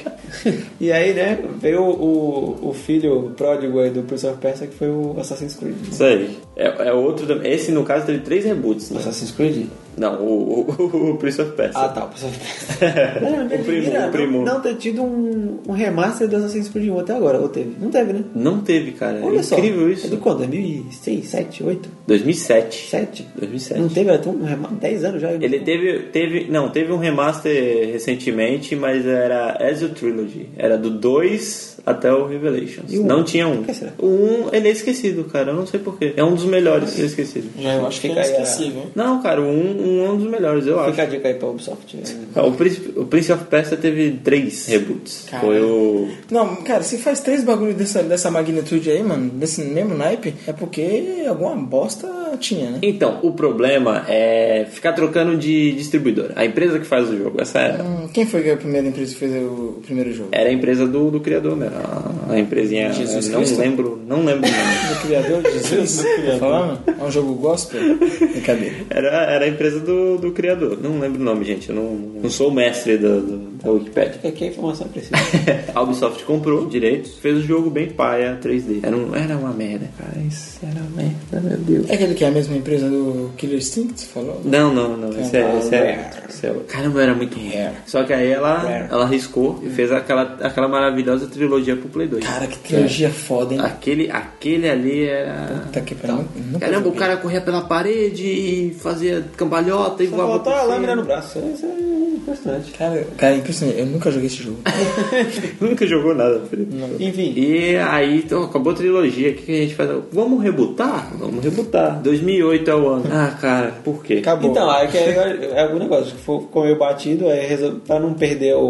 S1: E aí, né, veio o, o filho pródigo aí do Prince of Persia, que foi o Assassin's Creed.
S4: Isso aí. É, é outro. tam- Esse, no caso, teve três reboots, né?
S1: Assassin's Creed?
S4: Não, o, o, o Prince of Persia.
S1: Ah, tá, o Prince of Persia. Não, não,
S4: O primo,
S1: não,
S4: o primo.
S1: é, Não ter tido um, um remaster do Assassin's Creed 1 até agora, ou teve? Não teve, né?
S4: Não teve, cara.
S1: Olha
S4: é
S1: só.
S4: incrível
S1: É
S4: isso.
S1: de quando? 2006, 7, 8,
S4: 2007.
S1: 7?
S4: 2007.
S1: Não teve até um remaster, 10 anos já.
S4: Ele teve, teve. Não, teve um remaster recentemente, mas era Ezio Trilogy. Era do 2 até o Revelations.
S1: E o um?
S4: Não tinha um.
S1: Por que será?
S4: O 1 um, ele é esquecido, cara. Eu não sei porquê. É um dos melhores ele é esquecido.
S2: Já eu acho que
S1: Fica
S2: é
S1: aí a-
S2: esquecível, hein?
S4: Não, cara, o 1 um, um é um dos melhores, eu
S1: Fica a
S4: acho.
S1: dica aí pra Ubisoft. né?
S4: Ah, O Prince, o Prince of Persia teve três reboots.
S2: Caralho.
S4: Foi o.
S2: Não, cara, se faz três bagulhos dessa, dessa magnitude aí, mano, desse mesmo naipe, é porque alguma bosta tinha, né?
S4: Então, o problema é ficar trocando de distribuidora. A empresa que faz o jogo, essa era.
S2: Hum, Quem foi que a primeira empresa que fez o, o primeiro jogo?
S4: Era a empresa do, do criador, né? A, a empresinha.
S2: Jesus
S4: não
S2: Cristo.
S4: lembro, não lembro o nome.
S2: Do criador de Jesus? Tá falando? É um jogo gospel? Brincadeira.
S4: Era, era a empresa do, do criador. Não lembro o nome, gente. Eu não, não sou o mestre do, do- da Wikipedia.
S1: Fica aqui a informação precisa.
S4: a Ubisoft comprou direitos, fez o jogo bem paia 3D. Era, um- era uma merda, cara. Isso era uma merda, meu Deus.
S2: É aquele que é a mesma empresa do Killer Instinct, você falou?
S4: Não, não, não. Esse é, esse é,
S1: Rare.
S4: esse é outro. Caramba, era muito ruim. Só que aí ela, ela arriscou e fez aquela, aquela maravilhosa trilogia pro Play 2.
S2: Cara, que trilogia foda, hein?
S4: Aquele, aquele ali era.
S2: Puta que pariu. Nunca
S4: Caramba, o
S2: joguei.
S4: cara corria pela parede e fazia cambalhota e
S1: Só
S4: voava.
S1: faltou a
S4: por cima.
S1: lâmina Tá no braço. Isso é impressionante.
S2: Cara, cara, é impressionante. Eu nunca joguei esse jogo.
S4: Nunca jogou nada, Felipe.
S1: Enfim,
S4: E aí, então, acabou a trilogia. O que que a gente faz? Vamos rebutar? Vamos rebutar. 2008 é o ano. Ah, cara, por quê?
S2: Acabou.
S1: Então, aí que é, é algum negócio. Ficou ficou meio batido, aí resol- pra não perder o,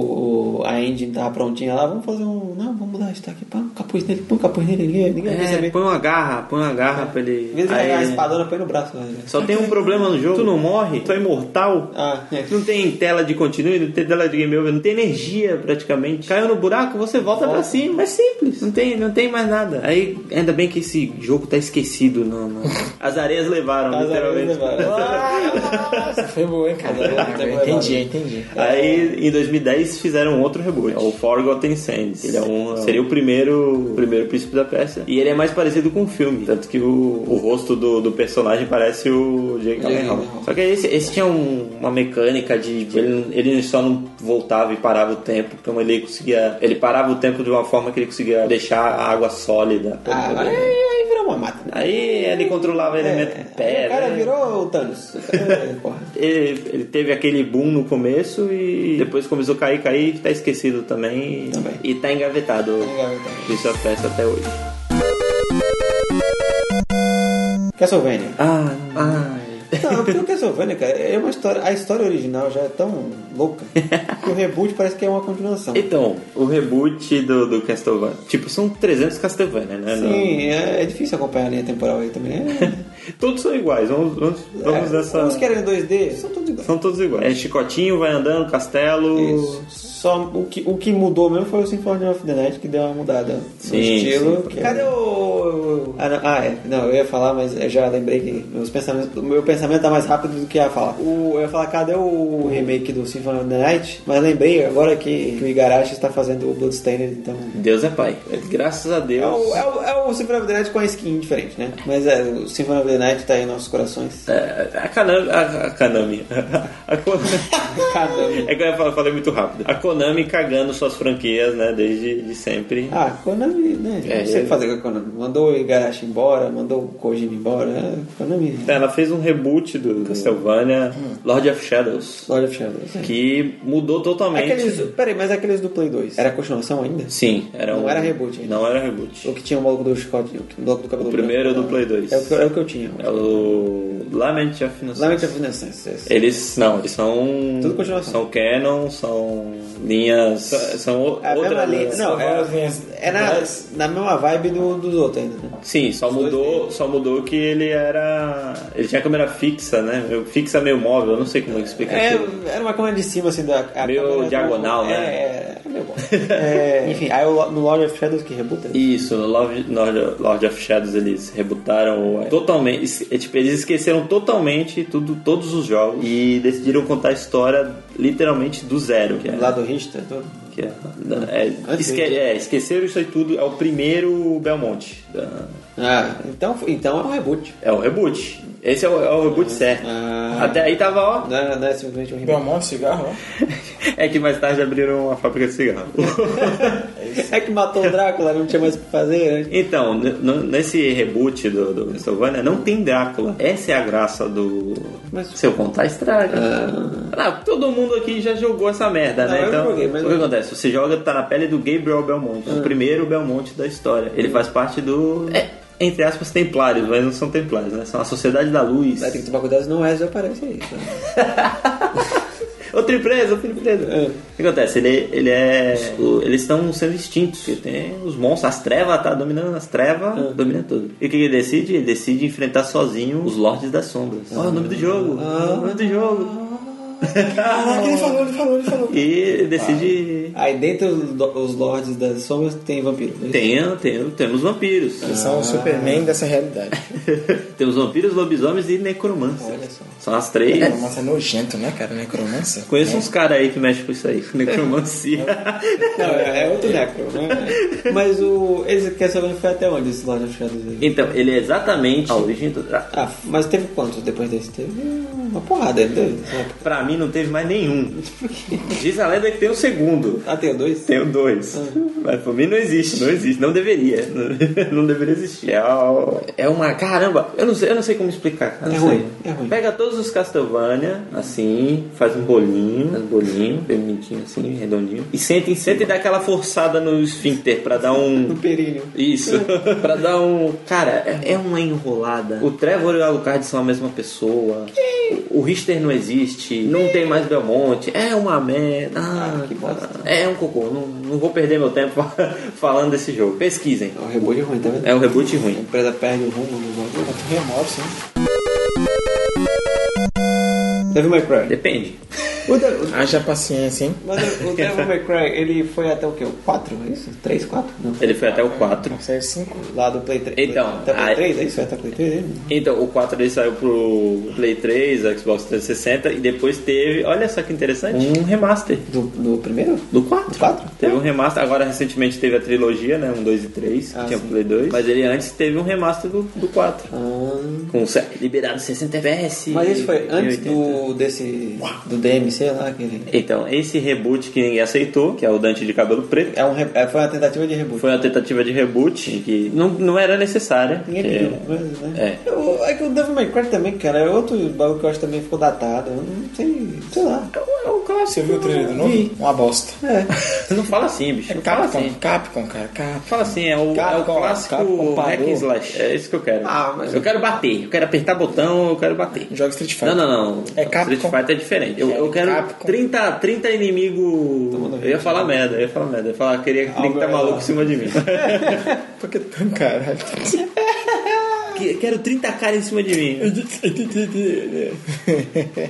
S1: o- a engine que tava prontinha lá, vamos fazer um. Não, vamos mudar isso aqui, pá, um capuz nele, põe um capuz nele, ninguém, ninguém vai
S4: É,
S1: perceber.
S4: põe uma garra, põe uma garra pra
S1: Em
S4: ele.
S1: vez de pegar a
S4: Aí,
S1: espadona, põe no braço. Né?
S4: só tem um problema no jogo: tu não morre, tu é imortal.
S1: Ah, é.
S4: Não tem tela de continuidade, não tem tela de game over, não tem energia praticamente. Caiu no buraco, você volta pra cima, é simples. Não tem, não tem mais nada. Aí, ainda bem que esse jogo tá esquecido. Não, não. As areias levaram,
S1: As
S4: literalmente.
S1: areias levaram.
S2: Nossa, foi boa, hein, cara?
S1: Foi boa,
S2: entendi,
S1: foi
S2: entendi.
S4: Aí em 2010 fizeram um outro reboot, É o Forgotten Sands. Ele é um, seria o primeiro, o primeiro príncipe da peça. E ele é mais parecido com o filme. Tanto que o, o rosto do, do personagem parece o Jake Gyllenhaal. Só que esse, esse tinha um- uma mecânica de. de Ele, ele só não voltava e parava o tempo, como ele conseguia. Ele parava o tempo de uma forma que ele conseguia deixar a água sólida.
S1: Ah, agora aí, aí virou uma mata. né?
S4: Aí ele controlava o elemento
S1: É, aí o
S4: pedra.
S1: cara virou o Thanos. O cara, é, porra.
S4: Ele, ele teve aquele boom no começo e depois começou a cair, cair, tá esquecido também. E-
S1: Também.
S4: E tá engavetado.
S1: engavetado.
S4: Isso é festa até hoje.
S1: Castlevania.
S4: Ah, ai.
S1: Não, é porque o Castlevania, cara, é uma história. A história original já é tão louca que o reboot parece que é uma continuação.
S4: Então, o reboot do, do Castlevania. Tipo, são 300 Castlevania, né?
S1: Sim, é, é difícil acompanhar a linha temporal aí também, né?
S4: Não- Todos são iguais, vamos, vamos, vamos
S1: É,
S4: nessa.
S1: Uns que eram em 2D, são todos iguais.
S4: São todos iguais. É chicotinho, vai andando, castelo.
S1: Isso. Só o que, o que mudou mesmo foi o Symphony of the Night que deu uma mudada
S4: Sim,
S1: no estilo.
S4: sim, porque-
S1: Cadê o. Ah, não, ah, é. Não, eu ia falar, mas eu já lembrei que meus pensamentos, o meu pensamento tá mais rápido do que ia falar. O, eu ia falar, cadê o remake do Symphony of the Night? Mas lembrei agora que, que o Igarashi está fazendo o Bloodstained, então.
S4: Deus é pai. Graças a
S1: É
S4: Deus.
S1: o, é, o, é o Symphony of the Night com a skin diferente, né? Mas é, o Symphony of the Night tá aí em nossos corações.
S4: É, a Kanami. A, a Kanami. A Konami.
S1: Caramba.
S4: É que eu ia falar- falei muito rápido. A Konami cagando suas franquias, né? Desde de sempre.
S1: Ah, Konami, né?
S4: É,
S1: não sei o
S4: é.
S1: que fazer com a Konami. Mandou o Igarashi embora, mandou o Kojima embora. É, Konami.
S4: Ela fez um reboot do Castlevania Lord of Shadows.
S1: Lord of Shadows. é.
S4: Que mudou totalmente.
S1: Aqueles, peraí, mas é aqueles do Play 2 era continuação ainda?
S4: Sim, era
S1: Não
S4: um-
S1: era reboot ainda.
S4: Não era reboot.
S1: O que tinha o maluco do chicote, o que- o maluco do cabelo
S4: O primeiro é
S1: branco?
S4: do Play 2.
S1: É o que, é o que eu tinha.
S4: É o Lament of Innocence.
S1: Lament of Innocence. esse.
S4: Eles não, eles são.
S1: Tudo continuação.
S4: São canon, são linhas. São o-
S1: É a mesma
S4: outra
S1: linha. Não, é,
S2: várias linhas-
S1: é na, na mesma vibe do- dos outros ainda, né?
S4: Sim, só mudou, só mudou que ele era. Ele tinha câmera fixa, né? Meio- Fixa meio móvel, eu não sei como explicar aquilo.
S1: É, era uma câmera de cima, assim, da. a
S4: Meio
S1: câmera do-
S4: diagonal, né?
S1: É, é meio bom. É, enfim, aí o- no Lord of Shadows que rebuta.
S4: Isso, no Lord, Lord, Lord of Shadows eles rebutaram totalmente. es- é, tipo, eles esqueceram totalmente tudo, todos os jogos e decidiram contar a história literalmente do zero. Que é,
S1: Lá do Richter, todo.
S4: que é, é, esque, é, esqueceram isso aí tudo. É o primeiro Belmonte. da-
S1: Ah, então, então é um reboot.
S4: É o reboot. Esse é o, é o reboot certo.
S1: Ah.
S4: Até aí tava, ó.
S1: Não é, não é simplesmente um
S2: Tem
S1: reboot.
S2: um monte de cigarro, né?
S4: É que mais tarde abriram uma fábrica de cigarro.
S1: É que matou o Drácula, não tinha mais o que fazer. né?
S4: então, n- n- nesse reboot do, do Castlevania, não tem Drácula. Essa é a graça do.
S1: Mas-
S4: Se eu contar, estraga. Ah, todo mundo aqui já jogou essa merda,
S1: Não,
S4: né?
S1: eu Ah.
S4: Então,
S1: joguei, mas-
S4: o que acontece? Você joga, tá na pele do Gabriel Belmonte, o primeiro Belmonte da história. Ele faz parte do. é, entre aspas, templários, mas não são templários, né? São a Sociedade da Luz.
S1: Vai ter que tomar cuidado, senão o Ezio aparece aí. tá?
S4: Outra empresa, outra empresa.
S1: É.
S4: O que acontece? Ele, ele é. o- eles estão sendo extintos. Porque tem os monstros, as trevas, tá dominando as trevas,
S1: Ah.
S4: domina tudo. E o que ele decide? Ele decide enfrentar sozinho os Lordes das Sombras.
S1: Ah.
S4: Ó, o nome do jogo! ó, o nome do jogo!
S2: Caraca, Ah, ele falou, ele falou, ele falou.
S4: E ele decide.
S1: Aí dentro dos Lordes das Sombras tem vampiro. né?
S4: Tem, tem, temos vampiros.
S2: Eles são o Superman dessa realidade.
S4: Temos vampiros, lobisomens e necromancia.
S1: Olha só.
S4: São as três.
S2: Necromancer é nojento, né, cara? Necromancer.
S4: Conheço uns caras aí que mexem com isso aí, com necromancia.
S1: Não, é, é outro necro, né? Mas o. Esse Castlevania foi até onde esse Lord of Shadows aí?
S4: então, ele é exatamente a origem do Drácula.
S1: Ah, mas teve quantos depois desse? Teve uma porrada, né? não teve? Uma-
S4: Pra mim não teve mais nenhum. Diz a lenda que tem o segundo.
S1: Ah, tem dois?
S4: Tenho dois.
S1: Ah.
S4: Mas pra mim não existe, não existe. Não deveria. Não deveria existir. É o- É uma. Caramba, eu não sei, eu não sei como explicar. cara.
S1: É
S4: Não sei.
S1: ruim, é ruim.
S4: Pega todos os Castlevania, assim, faz um bolinho, faz um bolinho, vermelhinho assim, redondinho. E senta, e senta e dá aquela forçada no esfíncter pra dar um.
S1: No períneo.
S4: Isso. pra dar um. Cara, é é uma enrolada. O Trevor e o Alucard são a mesma pessoa. O Richter não existe. Não tem mais Belmonte. É uma merda. Ah,
S1: que bosta.
S4: É um cocô. Não, não vou perder meu tempo falando desse jogo. Pesquisem.
S1: É um reboot ruim, tá vendo?
S4: É um reboot
S1: A
S4: ruim.
S1: empresa perde o rumo no jogo.
S2: Quanto remorso, hein?
S1: Devil May Cry.
S4: Depende.
S1: um O Devil,
S2: Haja paciência, hein?
S1: mas o o Devil May Cry, ele foi até o quê? O 4, é isso? 3, 4? Não.
S4: Ele foi até o 4.
S2: Série 5.
S1: Lá do Play 3.
S4: Então,
S1: Até o Play
S4: aí-
S1: 3, é isso? É até o Play 3 ele?
S4: Então, o 4 ele saiu pro Play 3, Xbox 360 e depois teve, olha só que interessante, um remaster.
S1: Do, do primeiro?
S4: Do 4.
S1: Do quatro?
S4: Teve um remaster. Agora, recentemente, teve a trilogia, né? Um, dois e três.
S1: Ah,
S4: que tinha
S1: sim.
S4: pro Play 2. Mas ele antes teve um remaster do, do 4.
S1: Ah,
S4: Com se- liberado 60 FPS.
S1: mas isso foi antes
S4: 1080.
S1: do, desse, do DMC lá, aquele...
S4: Então, esse reboot que ninguém aceitou, que é o Dante de cabelo preto,
S1: É um, re- é, foi uma tentativa de reboot.
S4: foi uma tentativa de reboot em que não, não era necessária.
S1: Ninguém
S4: que-
S1: pediu, mas, né?
S4: É.
S1: O- é que o Devil May Cry também, cara, é outro bagulho que eu acho que também ficou datado. Eu não sei, sei lá.
S4: É um clássico.
S2: Você viu o trailer de novo? É,
S1: Vi.
S2: Uma bosta.
S4: Não fala assim, bicho. Não fala
S2: Capcom,
S4: assim.
S2: Capcom, cara. Capcom.
S4: Fala assim, é o, é o
S2: Capcom,
S4: clássico
S2: Capcom
S4: hack and
S2: parou.
S4: slash. É isso que eu quero.
S1: Ah, mas-
S4: Eu quero bater, eu quero apertar botão, eu quero bater.
S2: Joga Street Fighter.
S4: Não, não, não.
S2: É
S4: Não,
S2: Capcom.
S4: Street Fighter é diferente. Eu, eu quero
S2: Capcom.
S4: 30, 30 inimigos. Eu ia falar
S1: né?
S4: merda, eu ia falar merda. Eu ia falar, queria 30
S1: Algo é lá.
S4: malucos em cima de mim.
S2: Por que tanto, caralho?
S4: que- Quero 30 caras em cima de mim.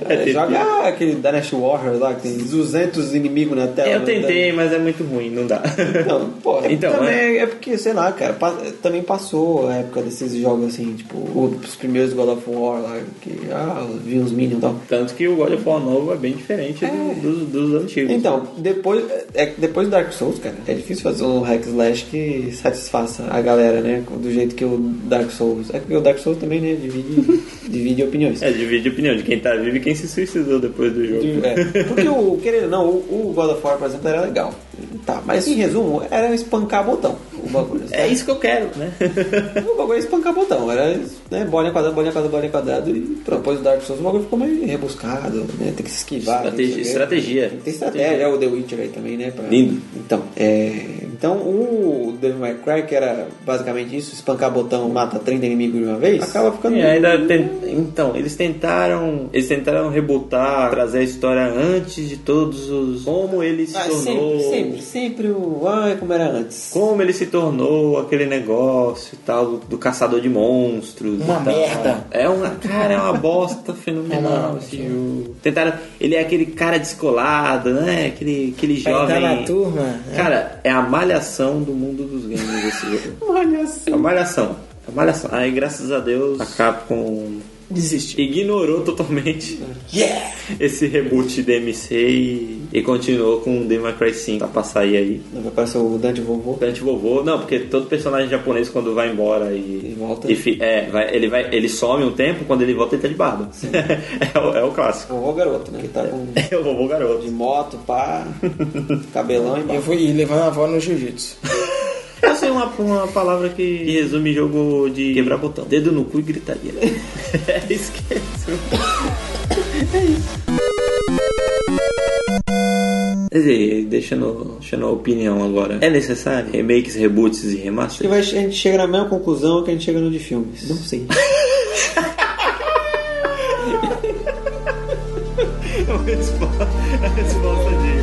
S1: É, joga aquele Dynasty Warriors lá que tem 200 inimigos na tela.
S4: Eu
S1: né?
S4: tentei, mas é muito ruim, não dá.
S1: Não, pô, é,
S4: Então,
S1: também é... porque, sei lá, cara, pa- também passou a época desses jogos assim, tipo, os primeiros God of War lá, que ah, vi uns Minions e tal.
S4: Tanto que o God of War novo é bem diferente do- dos, dos antigos.
S1: Então, depois, é, que depois do Dark Souls, cara, é difícil fazer um hack slash que satisfaça a galera, né? Do jeito que o Dark Souls. É porque o Dark Souls também, né? Divide, divide opiniões.
S4: É, divide a opinião de quem tá vivo e quem se suicidou depois do jogo.
S1: É, porque o, querendo ou não, o, o God of War, por exemplo, era legal. Tá, mas em resumo, era espancar botão o bagulho.
S4: É isso que eu quero, né?
S1: O bagulho é espancar botão, era né, bolinha quadrada, bolinha quadrada, bolinha quadrada, e pronto, depois do Dark Souls o bagulho ficou mais rebuscado, né? Tem que se esquivar. tem que
S4: Estratégia.
S1: saber.
S4: estratégia.
S1: Tem estratégia, é o The Witcher aí também, né? pra-
S4: Lindo.
S1: Então, é... então o Devil May Cry, que era basicamente isso, espancar botão, mata 30 inimigos de uma vez, É, acaba ficando...
S4: E ainda ten- Então, eles tentaram. Eles tentaram rebotar, trazer a história antes de todos os. Como ele se
S1: Ah,
S4: tornou.
S1: sempre, sempre, sempre o... Ai, como era antes.
S4: Como ele se tornou aquele negócio e tal, do, do caçador de monstros. e
S2: Uma
S4: tal.
S2: merda. É
S4: É uma. Cara, é uma bosta fenomenal esse jogo. Tentaram. Ele é aquele cara descolado, né? Aquele, aquele
S2: Pra
S4: jovem.
S2: entrar Tá na turma. é.
S4: Cara, é a malhação do mundo dos games esse jogo. malhação. É a malhação. É a malhação. Aí, graças a Deus, a Capcom
S2: Desistiu.
S4: ignorou totalmente
S1: É.
S2: Yeah!
S4: esse reboot DMC e, e continuou com o Devil May Cry 5 pra sair aí.
S1: Vai aparecer o Dante Vovô.
S4: Dante vovô, não, porque todo personagem japonês quando vai embora e,
S1: E volta.
S4: e fi- é, vai- ele vai, ele some um tempo, quando ele volta ele tá de barba. é, o, é o clássico.
S1: Vovô garoto, né? Que tá com...
S4: É o vovô garoto.
S1: De moto, pá, cabelão e
S2: Eu
S1: barba.
S2: fui levando a avó no jiu-jitsu.
S4: Eu sei é uma, uma palavra que, que resume jogo de quebrar botão. Dedo no cu e gritaria. É, Esquece. É Quer dizer, deixando, deixando a opinião agora. É necessário remakes, reboots e
S1: Acho que
S4: remasters?
S1: vai- a gente chega na mesma conclusão que a gente chega no de filmes. Não sei.
S4: A resposta é de...